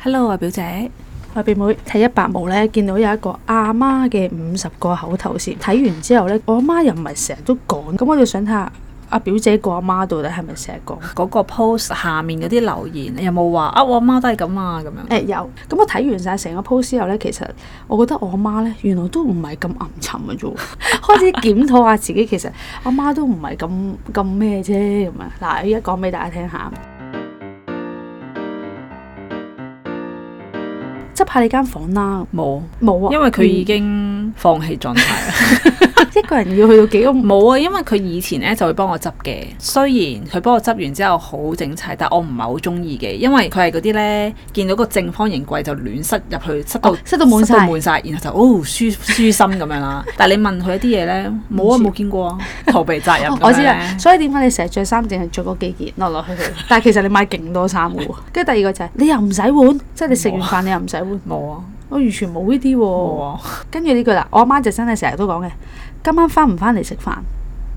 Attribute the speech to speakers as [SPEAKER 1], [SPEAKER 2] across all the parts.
[SPEAKER 1] Hello 啊，表姐，
[SPEAKER 2] 我表妹睇一百毛咧，見到有一個阿媽嘅五十個口頭禪，睇完之後咧，我阿媽又唔係成日都講，咁我就想睇下阿表姐個阿媽到底係咪成日講？
[SPEAKER 1] 嗰個 post 下面嗰啲留言，你有冇話啊我阿媽都係咁啊咁樣？
[SPEAKER 2] 誒、有，咁我睇完晒成個 post 之後咧，其實我覺得我阿媽咧原來都唔係咁暗沉嘅啫喎， 開始檢討下自己，其實阿媽都唔係咁咁咩啫咁啊！嗱，而家講俾大家聽下。執下你間房啦，
[SPEAKER 1] 冇，
[SPEAKER 2] 冇啊！
[SPEAKER 1] 因為佢已
[SPEAKER 2] 嗯
[SPEAKER 1] 經放棄狀 態啦。
[SPEAKER 2] 一個人要去到幾個
[SPEAKER 1] 冇啊，因為佢以前咧就會幫我執嘅，雖然佢幫我執完之後好整齊，但我唔係好中意嘅，因為佢係嗰啲咧見到個正方形櫃就亂塞入去，塞到
[SPEAKER 2] 哦塞到滿晒
[SPEAKER 1] 滿晒，然後就哦舒舒心咁樣 啦。但係你問佢一啲嘢咧，冇啊
[SPEAKER 2] 唔知
[SPEAKER 1] 冇見 過啊，逃避責任咁樣
[SPEAKER 2] 哦
[SPEAKER 1] 呢。
[SPEAKER 2] 我知啦，所以點解你成日着衫淨係着嗰幾件落落去去？但係其實你買勁多衫 嘅喎。跟住第二個就係、你又唔洗碗，即係你食完飯你又唔洗碗，
[SPEAKER 1] 冇啊
[SPEAKER 2] 我完全冇呢啲
[SPEAKER 1] 冇
[SPEAKER 2] 喎。
[SPEAKER 1] 啊
[SPEAKER 2] 跟住呢句啦，我阿媽就真係成日都講嘅，今晚翻唔翻嚟食飯？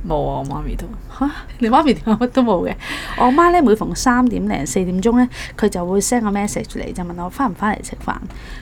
[SPEAKER 1] 冇啊，我媽咪都。
[SPEAKER 2] 嚇！你媽咪點解乜都冇嘅？我媽咧每逢三點零四點鐘咧，佢就會 send 個 message 嚟，就問我翻唔翻嚟食飯。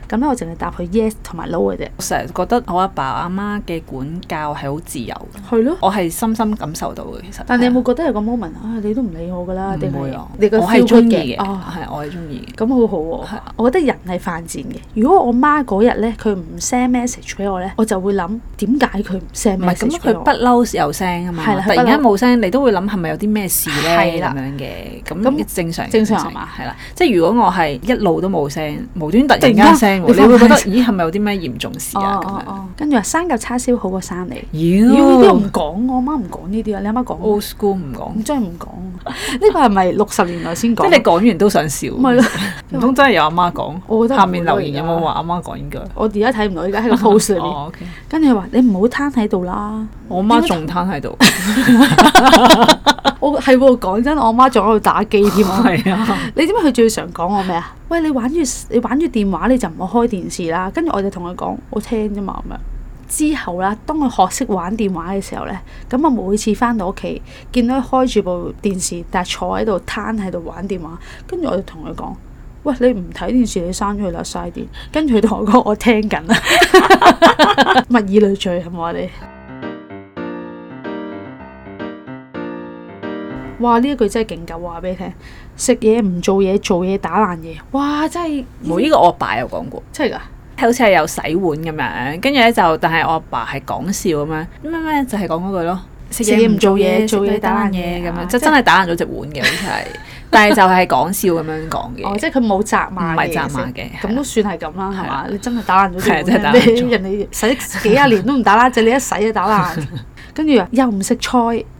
[SPEAKER 2] 咁咧我淨係答佢 yes 同埋 no 嘅啫。
[SPEAKER 1] 我成日覺得我阿爸阿媽嘅管教係好自由嘅，
[SPEAKER 2] 係咯。
[SPEAKER 1] 我係深深感受到嘅。其實，
[SPEAKER 2] 但你有冇覺得有個 moment 啊？你都唔理我㗎啦，定
[SPEAKER 1] 唔會
[SPEAKER 2] 係
[SPEAKER 1] 啊？
[SPEAKER 2] 你個
[SPEAKER 1] 我係
[SPEAKER 2] feel
[SPEAKER 1] 中
[SPEAKER 2] good
[SPEAKER 1] 意
[SPEAKER 2] 嘅
[SPEAKER 1] 嘅，
[SPEAKER 2] 哦
[SPEAKER 1] 係我係中意嘅。
[SPEAKER 2] 咁好好、喎，我覺得人係犯賤嘅。如果我媽嗰日咧，佢唔 send message 俾我咧，我就會諗點解佢唔 send
[SPEAKER 1] 唔係咁，
[SPEAKER 2] message 俾
[SPEAKER 1] 佢
[SPEAKER 2] 我
[SPEAKER 1] 不？嬲有聲啊嘛
[SPEAKER 2] 係啦，
[SPEAKER 1] 突然間
[SPEAKER 2] 佢
[SPEAKER 1] 冇聲，你都會諗係咪有啲咩事咧
[SPEAKER 2] 係
[SPEAKER 1] 咁
[SPEAKER 2] 啦
[SPEAKER 1] 樣嘅，咁
[SPEAKER 2] 咁
[SPEAKER 1] 正常
[SPEAKER 2] 正常係嘛
[SPEAKER 1] 係啦，即係如果我係一路都冇聲，無端突然
[SPEAKER 2] 突
[SPEAKER 1] 間
[SPEAKER 2] 然間
[SPEAKER 1] 聲喎，
[SPEAKER 2] 你
[SPEAKER 1] 你會覺得
[SPEAKER 2] 發
[SPEAKER 1] 咦係咪有啲咩嚴重事
[SPEAKER 2] 哦
[SPEAKER 1] 啊咁
[SPEAKER 2] 哦
[SPEAKER 1] 樣？
[SPEAKER 2] 哦，跟住話生嚿叉燒好過生你。
[SPEAKER 1] 妖
[SPEAKER 2] 妖呢啲我唔講，我媽唔講呢啲啊，你阿媽講咩，
[SPEAKER 1] old school 唔講，
[SPEAKER 2] 我真係唔講。呢個係咪六十年代先
[SPEAKER 1] 即
[SPEAKER 2] 講？
[SPEAKER 1] 係你講完都想笑，
[SPEAKER 2] 咪咯，
[SPEAKER 1] 唔通真係有阿媽講？
[SPEAKER 2] 我覺得唔會
[SPEAKER 1] 下面留言有
[SPEAKER 2] 咯
[SPEAKER 1] 冇話阿媽講呢句？
[SPEAKER 2] 我而家睇唔到，而家喺個 post 裏面。
[SPEAKER 1] 哦，OK。
[SPEAKER 2] 跟住佢話你唔好攤喺度啦。
[SPEAKER 1] 我媽仲攤 喺
[SPEAKER 2] 哦
[SPEAKER 1] 度，
[SPEAKER 2] 我係喎，講真，我媽仲喺度打機 添啊。
[SPEAKER 1] 係啊，
[SPEAKER 2] 你知唔知佢最常講我咩啊？喂，你玩住你玩住電話你就唔好開電視啦。跟住我就同佢講，我聽啫嘛咁樣。之後啦，當佢學識玩電話嘅時候咧，咁啊每次翻到屋企見到佢開住部電視，但係坐喺度攤喺度玩電話，跟住我就同佢講。喂，你唔睇電視，你刪咗佢啦，嘥電。跟住佢同我講，我聽緊啦， 物以類聚係咪啊？你哇！呢一句真係勁夠話俾你聽，食嘢唔做嘢，做嘢打爛嘢。哇！真係
[SPEAKER 1] 冇呢個我阿爸有講過，
[SPEAKER 2] 真係㗎，
[SPEAKER 1] 好似係有洗碗咁樣，跟住咧就，但係我阿爸係講笑咁樣，咩咩就係講嗰句咯，食
[SPEAKER 2] 嘢唔做嘢做嘢打爛
[SPEAKER 1] 嘢
[SPEAKER 2] 嘢
[SPEAKER 1] 咁樣，
[SPEAKER 2] 啊
[SPEAKER 1] 即係
[SPEAKER 2] 即係
[SPEAKER 1] 真係打爛咗隻碗嘅，好似係，但係就係講笑咁樣講
[SPEAKER 2] 哦，
[SPEAKER 1] 嘅，
[SPEAKER 2] 即係佢冇責罵
[SPEAKER 1] 唔
[SPEAKER 2] 嘅
[SPEAKER 1] 係責罵嘅，
[SPEAKER 2] 咁都算係咁啦，係
[SPEAKER 1] 係啊
[SPEAKER 2] 嘛？你真係打爛咗
[SPEAKER 1] 係
[SPEAKER 2] 條
[SPEAKER 1] 啊真係打
[SPEAKER 2] 碗
[SPEAKER 1] 爛
[SPEAKER 2] 人
[SPEAKER 1] 咗
[SPEAKER 2] 哋人哋洗幾廿年都唔打爛，就你一洗就 打爛。跟住話又唔食菜，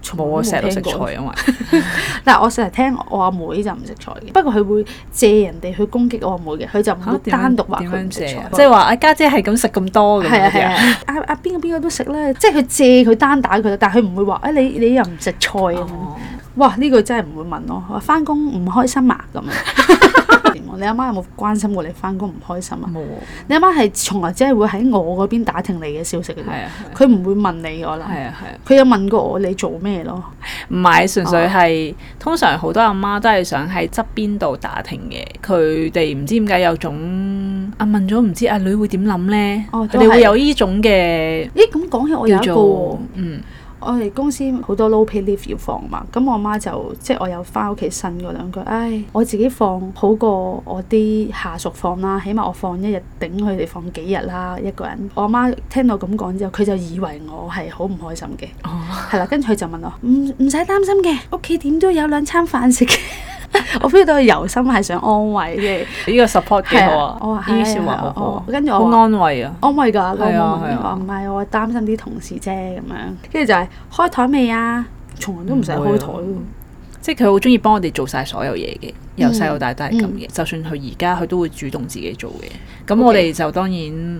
[SPEAKER 2] 從
[SPEAKER 1] 冇啊，成日都食
[SPEAKER 2] 聽過
[SPEAKER 1] 菜，因為
[SPEAKER 2] 但係我成日聽我阿妹就唔食菜嘅，不過佢會借人哋去攻擊我阿妹嘅，佢就唔
[SPEAKER 1] 嚇
[SPEAKER 2] 會
[SPEAKER 1] 點樣
[SPEAKER 2] 單獨話
[SPEAKER 1] 點
[SPEAKER 2] 佢
[SPEAKER 1] 樣
[SPEAKER 2] 唔食
[SPEAKER 1] 借
[SPEAKER 2] 菜
[SPEAKER 1] 啊，。即係話啊家姐係咁食咁多咁
[SPEAKER 2] 係
[SPEAKER 1] 嗰
[SPEAKER 2] 啊
[SPEAKER 1] 啲
[SPEAKER 2] 係
[SPEAKER 1] 啊，
[SPEAKER 2] 啊，啊啊邊個邊個都食啦，即係佢借佢單打佢，但係佢唔會話誒、哎你你又唔食菜咁樣。
[SPEAKER 1] 哦
[SPEAKER 2] 哇！呢、句真係唔會問我，話翻工唔開心啊 咁樣。你阿媽有冇關心過你翻工唔開心啊？
[SPEAKER 1] 冇啊，
[SPEAKER 2] 你阿媽係從來只係會喺我嗰邊打聽你嘅消息嘅啫，
[SPEAKER 1] 係啊
[SPEAKER 2] 佢唔會問你我啦。
[SPEAKER 1] 係啊係啊。
[SPEAKER 2] 佢有問過我你做咩咯？
[SPEAKER 1] 唔係，純
[SPEAKER 2] 哦
[SPEAKER 1] 粹係、通常好多阿媽都係想喺側邊度打聽嘅，佢哋唔知點解有種啊問咗唔知阿女會點諗呢？
[SPEAKER 2] 哦
[SPEAKER 1] 佢
[SPEAKER 2] 都
[SPEAKER 1] 哋、會
[SPEAKER 2] 係
[SPEAKER 1] 有呢種嘅
[SPEAKER 2] 咦咁講起我有
[SPEAKER 1] 叫
[SPEAKER 2] 一個
[SPEAKER 1] 做
[SPEAKER 2] 喎，
[SPEAKER 1] 嗯
[SPEAKER 2] 我哋公司好多 low pay leave 要放嘛，咁我媽就即係我有翻屋企呻嗰兩句，唉，我自己放好過我啲下屬放啦，起碼我放一日頂佢哋放幾日啦，一個人。我媽聽到咁講之後，佢就以為我係好唔開心嘅。
[SPEAKER 1] 哦
[SPEAKER 2] 係啦，跟住佢就問我，唔唔使擔心嘅，屋企點都有兩餐飯 食嘅。我 feel 到佢由心係想安慰
[SPEAKER 1] 呢、個 support
[SPEAKER 2] 嘅，
[SPEAKER 1] 幾好啊！
[SPEAKER 2] 我話
[SPEAKER 1] 呢
[SPEAKER 2] 係
[SPEAKER 1] 啲説話好
[SPEAKER 2] 啊，
[SPEAKER 1] 好啊
[SPEAKER 2] 我，跟住
[SPEAKER 1] 好
[SPEAKER 2] 我話
[SPEAKER 1] 安慰啊！
[SPEAKER 2] 安慰㗎，個
[SPEAKER 1] 係啊
[SPEAKER 2] 網
[SPEAKER 1] 係
[SPEAKER 2] 民
[SPEAKER 1] 啊
[SPEAKER 2] 話唔係，我擔心啲同事啫咁樣，跟住就係開台未啊？從來都唔使
[SPEAKER 1] 唔會啊
[SPEAKER 2] 開台喎，
[SPEAKER 1] 即係佢好中意幫我哋做晒所有嘢嘅，由細到大都係咁
[SPEAKER 2] 嗯
[SPEAKER 1] 嘅。就算佢而家佢都會主動自己做嘅。咁我哋就當然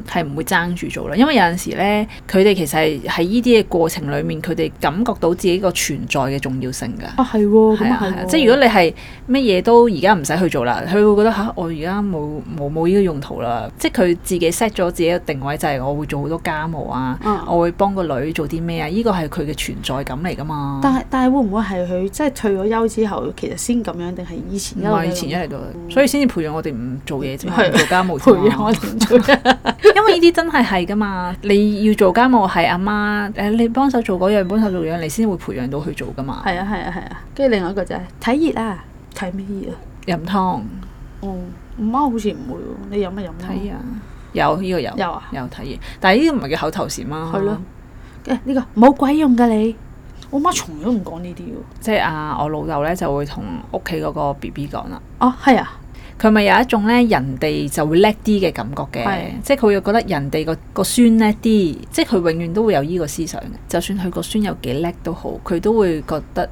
[SPEAKER 1] 係唔會爭住做啦，因為有陣時呢，佢哋其實係喺呢啲嘅過程裡面，佢哋感覺到自己個存在嘅重要性㗎。
[SPEAKER 2] 啊係喎，
[SPEAKER 1] 係
[SPEAKER 2] 咁
[SPEAKER 1] 啊
[SPEAKER 2] 啊
[SPEAKER 1] 係
[SPEAKER 2] 係
[SPEAKER 1] 啊，
[SPEAKER 2] 喎，
[SPEAKER 1] 即係如果你係乜嘢都而家唔使去做啦，佢會覺得吓、啊我而家冇冇冇呢個用途啦。即係佢自己 set 咗自己嘅定位，就係我會做好多家務啊，
[SPEAKER 2] 嗯
[SPEAKER 1] 我會幫個女做啲咩啊，呢個係佢嘅存在感嚟㗎嘛。
[SPEAKER 2] 但係但係會唔會係佢即係退咗休之後，其實先咁樣，定係以前一家
[SPEAKER 1] 係前一嚟到，所以先至培養我哋唔做嘢啫嘛，
[SPEAKER 2] 係
[SPEAKER 1] 唔做家務
[SPEAKER 2] 陪
[SPEAKER 1] 啫
[SPEAKER 2] 咗
[SPEAKER 1] 嘛
[SPEAKER 2] 我。啊哋做 嘢，
[SPEAKER 1] 因為呢啲真係係噶嘛，你要做家務係阿媽誒，你幫手做嗰樣，幫手做嗰樣，你先會培養到佢做噶嘛。
[SPEAKER 2] 係啊係啊係啊。跟住另外一個就係睇熱啊，睇咩熱啊？
[SPEAKER 1] 飲湯
[SPEAKER 2] 哦，我媽好似唔會喎，你飲咪飲咯。
[SPEAKER 1] 睇啊，有呢個有
[SPEAKER 2] 有啊，
[SPEAKER 1] 有睇嘢，但係呢個唔係叫口頭禪啊啦。
[SPEAKER 2] 係咯。誒呢個冇鬼用㗎你，我媽從來都唔講呢啲喎。
[SPEAKER 1] 即係啊，我老豆咧就會同屋企嗰個 B B 講啦。
[SPEAKER 2] 哦，係啊，
[SPEAKER 1] 佢咪有一種咧人哋就會叻啲嘅感覺嘅
[SPEAKER 2] 係，
[SPEAKER 1] 即係佢會覺得人哋個個孫叻啲，即係佢永遠都會有呢個思想嘅。就算佢個孫有幾叻都好，佢都會覺得誒、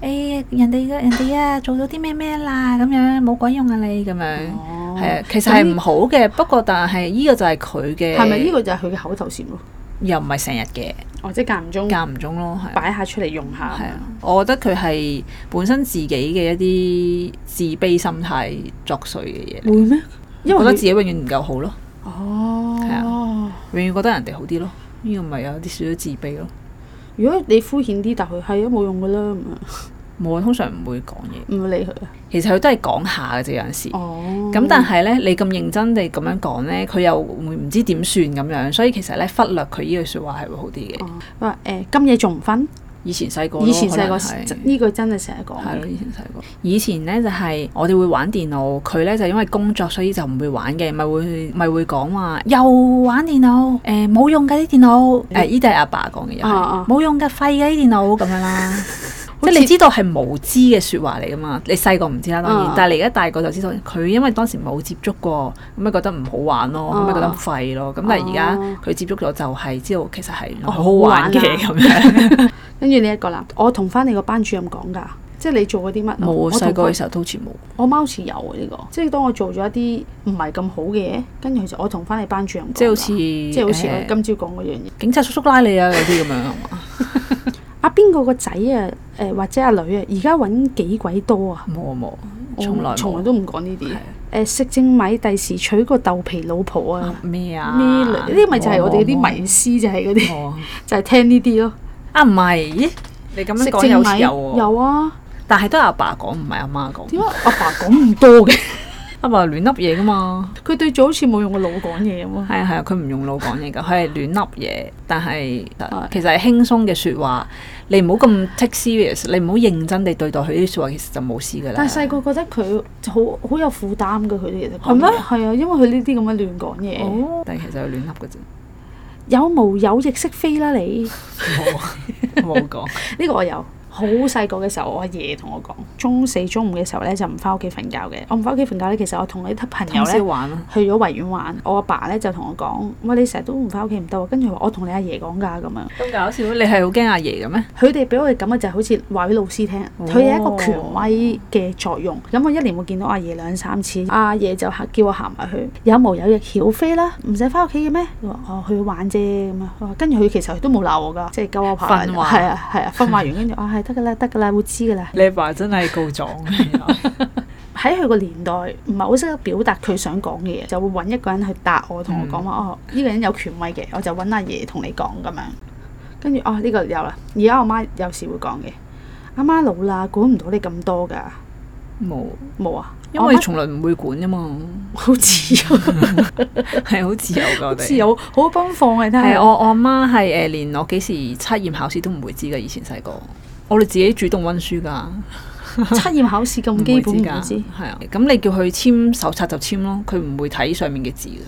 [SPEAKER 1] 欸人哋嘅人哋啊做咗啲咩咩啦咁樣冇鬼用啊你咁樣，係啊、
[SPEAKER 2] 哦
[SPEAKER 1] 其實係唔好嘅。不過但係呢個就係佢嘅，
[SPEAKER 2] 係咪呢個就係佢嘅口頭禪咯？
[SPEAKER 1] 又唔哦係成日嘅，
[SPEAKER 2] 或者間唔中
[SPEAKER 1] 間唔中咯，係啊。
[SPEAKER 2] 擺下出嚟用下。
[SPEAKER 1] 係啊，我覺得佢係本身自己嘅一啲自卑心態作祟嘅嘢嚟，
[SPEAKER 2] 會咩？因
[SPEAKER 1] 覺得
[SPEAKER 2] 為
[SPEAKER 1] 自己永遠唔夠好咯。係啊
[SPEAKER 2] 哦，
[SPEAKER 1] 永遠覺得人哋好啲咯，呢、個咪有啲少少自卑咯。
[SPEAKER 2] 如果你敷衍啲，但佢係啊冇用噶啦，咁樣
[SPEAKER 1] 冇啊，通常唔會講嘢，
[SPEAKER 2] 唔會理佢。啊
[SPEAKER 1] 其實佢都係講下嘅啫，有陣時。咁、
[SPEAKER 2] 哦，
[SPEAKER 1] 但係咧，你咁認真地咁樣講咧，佢又會唔知點算咁樣，所以其實咧忽略佢呢句説話係會好啲嘅。
[SPEAKER 2] 哦話誒，今夜仲唔瞓？
[SPEAKER 1] 以前細個咯，
[SPEAKER 2] 以前
[SPEAKER 1] 細
[SPEAKER 2] 細
[SPEAKER 1] 個
[SPEAKER 2] 個
[SPEAKER 1] 係
[SPEAKER 2] 呢句真係成日講
[SPEAKER 1] 係咯，
[SPEAKER 2] 嘅。
[SPEAKER 1] 以前細個。以前咧就係、我哋會玩電腦，佢咧就因為工作所以就唔會玩嘅，咪會咪會講話又玩電腦，誒、冇用㗎啲電腦，誒依啲係阿爸講嘅又係
[SPEAKER 2] 嗯啊啊
[SPEAKER 1] 冇用㗎廢㗎啲電腦咁樣 啦。即
[SPEAKER 2] 好
[SPEAKER 1] 係你
[SPEAKER 2] 似
[SPEAKER 1] 知道係無知嘅説話嚟噶嘛？你細個唔知啦，當然，
[SPEAKER 2] 啊
[SPEAKER 1] 但係你而家大個就知道，佢因為當時冇接觸過，咁咪覺得唔好玩咯，咁咪、
[SPEAKER 2] 啊
[SPEAKER 1] 覺得廢咯。咁但係而家
[SPEAKER 2] 哦
[SPEAKER 1] 佢接觸咗，就係知道其實係
[SPEAKER 2] 哦
[SPEAKER 1] 好好玩嘅
[SPEAKER 2] 好玩啊
[SPEAKER 1] 咁樣。
[SPEAKER 2] 跟住呢一個啦，我同翻你個班主任講㗎，即係你做嗰啲乜？啊
[SPEAKER 1] 冇 啊
[SPEAKER 2] 我同
[SPEAKER 1] 細個
[SPEAKER 2] 佢
[SPEAKER 1] 嘅時候都好似冇。
[SPEAKER 2] 我媽好似有啊呢個，即係當我做咗一啲唔係咁好嘅嘢，跟住其實我同翻你班主任講㗎，
[SPEAKER 1] 即係好似
[SPEAKER 2] 即係好似
[SPEAKER 1] 誒
[SPEAKER 2] 我今朝講嗰樣嘢。
[SPEAKER 1] 警察叔叔拉你啊嗰啲咁樣係嘛？
[SPEAKER 2] 阿邊個個仔啊，誒、或者阿女啊，而家揾幾鬼多啊！
[SPEAKER 1] 冇冇，
[SPEAKER 2] 我
[SPEAKER 1] 從來
[SPEAKER 2] 從來
[SPEAKER 1] 冇
[SPEAKER 2] 都唔講呢啲
[SPEAKER 1] 係。
[SPEAKER 2] 誒食正米，第時娶個豆皮老婆啊！
[SPEAKER 1] 咩啊？
[SPEAKER 2] 咩嚟？呢啲咪就係我哋嗰啲迷思，就係嗰啲，
[SPEAKER 1] 哦
[SPEAKER 2] 就係聽呢啲咯。
[SPEAKER 1] 啊唔係，咦你咁樣
[SPEAKER 2] 食
[SPEAKER 1] 講有
[SPEAKER 2] 正
[SPEAKER 1] 時
[SPEAKER 2] 米
[SPEAKER 1] 有喎，
[SPEAKER 2] 有啊？
[SPEAKER 1] 但係都係阿爸講，唔係 阿媽講。
[SPEAKER 2] 點解阿爸講唔多嘅？
[SPEAKER 1] 阿爸亂笠嘢噶嘛？
[SPEAKER 2] 佢對住好似冇用個腦講嘢咁啊！
[SPEAKER 1] 係啊係啊，佢唔用腦講嘢㗎，佢係亂笠嘢，但係
[SPEAKER 2] 係
[SPEAKER 1] 其實係輕鬆嘅説話。你唔好咁 take serious，你唔好認真地對待佢呢啲説話，其實就冇事㗎啦。
[SPEAKER 2] 但係細個覺得佢好好有負擔嘅，佢哋其實
[SPEAKER 1] 係
[SPEAKER 2] 講嘢
[SPEAKER 1] 咩
[SPEAKER 2] 係啊，因為佢呢啲咁樣亂講嘢，
[SPEAKER 1] 哦，但係其實係亂笠嘅啫，
[SPEAKER 2] 有毛有翼識飛啦你。
[SPEAKER 1] 冇冇講。
[SPEAKER 2] 呢個我有。好細個嘅時候，我阿爺同我講，中四、中五嘅時候咧就唔翻屋企瞓覺嘅。我唔翻屋企瞓覺咧，其實我同你啲朋友
[SPEAKER 1] 通宵
[SPEAKER 2] 咧
[SPEAKER 1] 玩啊！
[SPEAKER 2] 去咗維園玩。我阿爸咧就同我講：喂，你成日都唔翻屋企唔得喎。跟住佢話我同你阿爺講㗎咁樣。
[SPEAKER 1] 咁搞笑，你係好驚阿爺嘅咩？
[SPEAKER 2] 佢哋俾我嘅感覺就係好似話俾老師聽，
[SPEAKER 1] 哦
[SPEAKER 2] 佢有一個權威嘅作用。咁我一年會見到阿爺兩三次，阿爺就叫我行埋去，有毛有翼曉飛啦，唔使翻屋企嘅咩？我話哦，去玩啫咁啊。佢話跟住佢其實佢都冇鬧我㗎，即係鳩我拍，
[SPEAKER 1] 訓話
[SPEAKER 2] 係啊係啊，訓話完跟住啊係得㗎啦得㗎啦，會知㗎啦。
[SPEAKER 1] 你阿爸真係告狀，
[SPEAKER 2] 喺佢個年代唔係好識得表達佢想講嘅嘢，就會揾一個人去答我，同我講話、
[SPEAKER 1] 嗯
[SPEAKER 2] 哦，呢、個人有權威嘅，我就揾阿爺同你講咁樣。跟住哦，呢、個有啦。而家我媽有時會講嘅，阿媽老啦，估唔到你咁多㗎，
[SPEAKER 1] 冇，
[SPEAKER 2] 冇啊，
[SPEAKER 1] 因為
[SPEAKER 2] 我媽
[SPEAKER 1] 從來唔會管噶 嘛，
[SPEAKER 2] 好自
[SPEAKER 1] 啊
[SPEAKER 2] 由，
[SPEAKER 1] 係好自由噶我
[SPEAKER 2] 好自
[SPEAKER 1] 哋。
[SPEAKER 2] 由，好奔放啊嘅，
[SPEAKER 1] 係啊
[SPEAKER 2] 睇
[SPEAKER 1] 我我阿媽係誒，連我幾時測驗考試都唔會知噶。以前細個，我哋自己主動温書噶，
[SPEAKER 2] 測驗考試
[SPEAKER 1] 唔
[SPEAKER 2] 咁
[SPEAKER 1] 會
[SPEAKER 2] 基本
[SPEAKER 1] 知
[SPEAKER 2] 唔
[SPEAKER 1] 㗎
[SPEAKER 2] 知，
[SPEAKER 1] 係啊，咁你叫佢簽手冊就簽咯，佢唔會睇上面嘅字噶。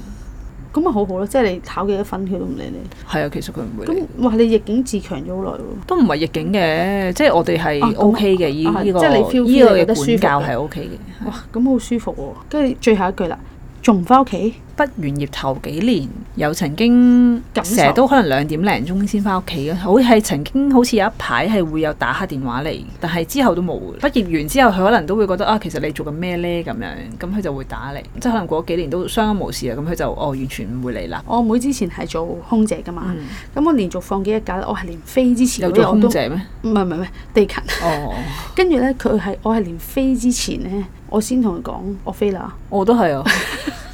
[SPEAKER 2] 咁咪好好咯，即係你考幾多分佢都唔理你。
[SPEAKER 1] 係啊，其實佢唔會理。
[SPEAKER 2] 咁哇，你逆境自強咗好耐喎。
[SPEAKER 1] 都唔係逆境嘅，即係我哋係
[SPEAKER 2] 啊咁
[SPEAKER 1] O K 嘅，依
[SPEAKER 2] 啊
[SPEAKER 1] 依個
[SPEAKER 2] 即係你 feel-
[SPEAKER 1] 依
[SPEAKER 2] feel
[SPEAKER 1] 個嘅
[SPEAKER 2] 你覺得舒服
[SPEAKER 1] 管教
[SPEAKER 2] 嘅
[SPEAKER 1] 係 O K 嘅。
[SPEAKER 2] 哇，咁好舒服喎、跟住最後一句啦，仲唔翻屋企？
[SPEAKER 1] 畢完業頭幾年，有曾經
[SPEAKER 2] 感受
[SPEAKER 1] 成日都可能兩點零鐘先翻屋企嘅，好似係曾經好似有一排係會有打下電話嚟，但係之後都冇嘅。畢業完之後，佢可能都會覺得啊，其實你做緊咩呢？咁樣，咁佢就會打嚟，即係可能過咗幾年都相安無事啊，咁佢就哦完全唔會嚟啦。
[SPEAKER 2] 我妹之前係做空姐噶嘛，咁、
[SPEAKER 1] 嗯
[SPEAKER 2] 我連續放幾日假咧，我係連飛之前
[SPEAKER 1] 有
[SPEAKER 2] 嗰日
[SPEAKER 1] 做
[SPEAKER 2] 我
[SPEAKER 1] 空
[SPEAKER 2] 都
[SPEAKER 1] 姐咩？
[SPEAKER 2] 唔係唔係唔係地勤，
[SPEAKER 1] 哦，
[SPEAKER 2] 跟住咧佢係我係連飛之前咧，我先同佢講我飛啦，
[SPEAKER 1] 我都係啊，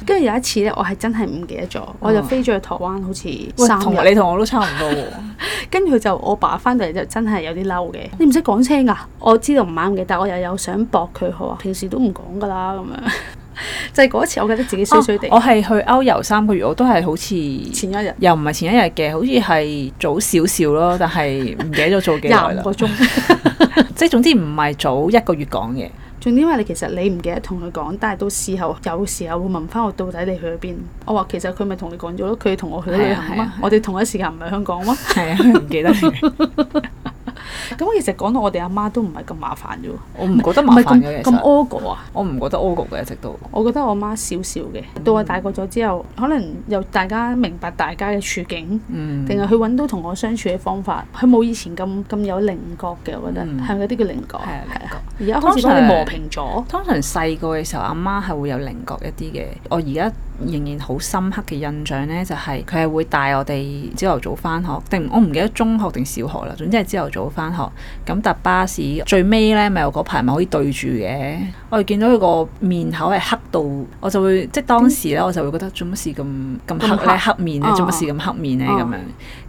[SPEAKER 2] 跟住有一次咧，我係真係唔記得咗，我就飛咗去台灣，好似
[SPEAKER 1] 哦喂
[SPEAKER 2] 三
[SPEAKER 1] 同
[SPEAKER 2] 日。
[SPEAKER 1] 你同我都差唔多喎。
[SPEAKER 2] 跟住佢就我爸翻到嚟就真係有啲嬲嘅，你唔識講聲噶，我知道唔啱嘅，但我又有想駁佢，佢話平時都唔講噶啦咁樣，就係嗰一次我覺得自己衰衰地，
[SPEAKER 1] 啊我係去歐遊三個月，我都係好似又
[SPEAKER 2] 前一日
[SPEAKER 1] 唔係前一日嘅，好似係早少少咯，但係唔記得咗做幾耐
[SPEAKER 2] 廿
[SPEAKER 1] 啦
[SPEAKER 2] 五個。鐘，
[SPEAKER 1] 即係總之唔係早一個月講嘅。
[SPEAKER 2] 仲因為你其實你唔記得同佢講，但係到事後有時候會問翻我到底你去咗邊，我話其實佢咪同你講咗咯，佢同我去咗旅行啊
[SPEAKER 1] 係啊係啊
[SPEAKER 2] 嘛，我哋同一時間唔係香港嘛，
[SPEAKER 1] 係啊， 唔記得嘅。
[SPEAKER 2] 咁其實講到我哋阿媽都唔係咁麻煩啫喎，唔
[SPEAKER 1] 我唔覺得麻
[SPEAKER 2] 係
[SPEAKER 1] 煩嘅，
[SPEAKER 2] 咁
[SPEAKER 1] 其
[SPEAKER 2] 咁
[SPEAKER 1] 實
[SPEAKER 2] o 過啊。
[SPEAKER 1] 我唔覺得 o g 嘅，一直都。
[SPEAKER 2] 我覺得我媽少少嘅，到我大個咗之後，可能又大家明白大家嘅處境，
[SPEAKER 1] 嗯，
[SPEAKER 2] 定係佢揾到同我相處嘅方法，佢冇以前咁咁有稜角嘅，我覺得
[SPEAKER 1] 嗯
[SPEAKER 2] 係咪嗰啲叫稜角？
[SPEAKER 1] 係啊稜角
[SPEAKER 2] 而家開始幫你磨平咗，
[SPEAKER 1] 通常細個嘅時候，阿媽係會有稜角一啲嘅。我而家仍然好深刻嘅印象呢，就係佢係會帶我哋朝頭早翻學，定我唔記得中學定小學啦。總之係朝頭早翻學，咁搭巴士最尾呢咪有嗰排咪可以對住嘅。我哋見到佢個面口係黑到，我就會即係當時呢，我就會覺得做乜事咁咁
[SPEAKER 2] 咁
[SPEAKER 1] 黑呢？
[SPEAKER 2] 黑
[SPEAKER 1] 黑面呢？
[SPEAKER 2] 哦
[SPEAKER 1] 做乜事咁黑面呢？咁
[SPEAKER 2] 哦
[SPEAKER 1] 樣。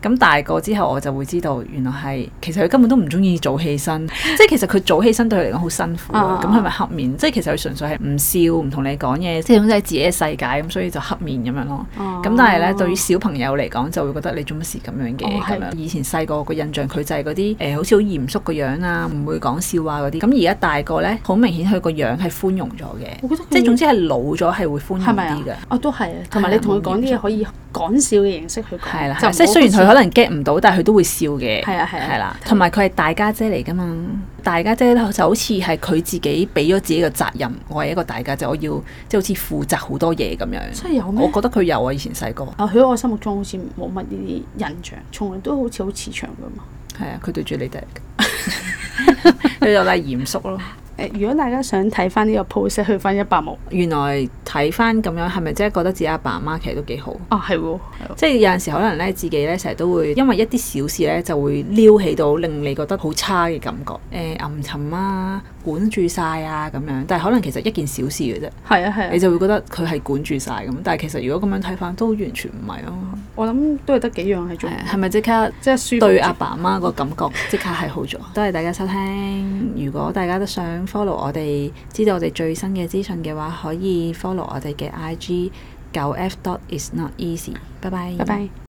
[SPEAKER 1] 咁大個之後，我就會知道原來係其實佢根本都唔中意早起身，即係其實佢早起身對佢嚟講好辛苦啊
[SPEAKER 2] 啊。
[SPEAKER 1] 咁佢咪黑面，即係其實佢純粹係唔笑，唔同你講嘢，哦即係總之係自己嘅世界咁，所以就黑面咁樣咯。咁、但係咧，對於小朋友嚟講，就會覺得你做乜事咁樣嘅
[SPEAKER 2] 哦
[SPEAKER 1] 咁
[SPEAKER 2] 係
[SPEAKER 1] 樣。以前細個個印象，佢就係嗰啲誒，好似好嚴肅個樣啊，唔會講笑話嗰啲。咁而家大個咧，好明顯佢個樣係寬容咗嘅，
[SPEAKER 2] 我覺得佢
[SPEAKER 1] 即係總之係老咗嗯係會寬
[SPEAKER 2] 係
[SPEAKER 1] 容
[SPEAKER 2] 咪
[SPEAKER 1] 嗯啲嘅
[SPEAKER 2] 啊。？哦，都係啊，同埋你同佢講啲嘢可以講笑嘅形式去講，
[SPEAKER 1] 係啦，
[SPEAKER 2] 就唔好
[SPEAKER 1] 即係雖然佢可能 get 唔到，但係佢都會笑嘅。
[SPEAKER 2] 係啊係啊
[SPEAKER 1] 係啦，同埋佢係大家姐嚟噶嘛，大家姐就好似係佢自己俾咗自己嘅責任，我係一個大家姐，我要即係好似負責好多嘢咁樣。
[SPEAKER 2] 所以有
[SPEAKER 1] 我
[SPEAKER 2] 咩？
[SPEAKER 1] 覺得佢有啊，以前細個
[SPEAKER 2] 啊，佢喺我心目中好似冇乜呢啲印象，從來都好似好慈祥噶嘛。
[SPEAKER 1] 係啊，佢對住你 哋， 佢就係嚴肅咯。
[SPEAKER 2] 誒，如果大家想睇翻呢個 post，去翻一百毛
[SPEAKER 1] 原來睇翻咁樣係咪真係覺得自己阿爸阿媽其實都幾好？
[SPEAKER 2] 啊，係喎，係喎
[SPEAKER 1] 即係有陣時可能咧，自己咧成日都會因為一啲小事咧，就會撩起到令你覺得好差嘅感覺，誒、暗沉啊，管住晒啊咁樣。但係可能其實一件小事嘅啫，
[SPEAKER 2] 係啊係啊
[SPEAKER 1] 你。就會覺得佢係管住晒咁。但係其實如果咁樣睇翻，都完全唔係咯。
[SPEAKER 2] 我諗都係得幾樣係做，
[SPEAKER 1] 係咪即刻
[SPEAKER 2] 即係舒服
[SPEAKER 1] 對
[SPEAKER 2] 啲
[SPEAKER 1] 阿爸阿媽個感覺即刻係好咗？多謝大家收聽。如果大家都想 follow 我哋，知道我哋最新嘅資訊嘅話，可以 follow 我哋嘅 IG 九 F dot is not easy。拜拜，
[SPEAKER 2] 拜拜。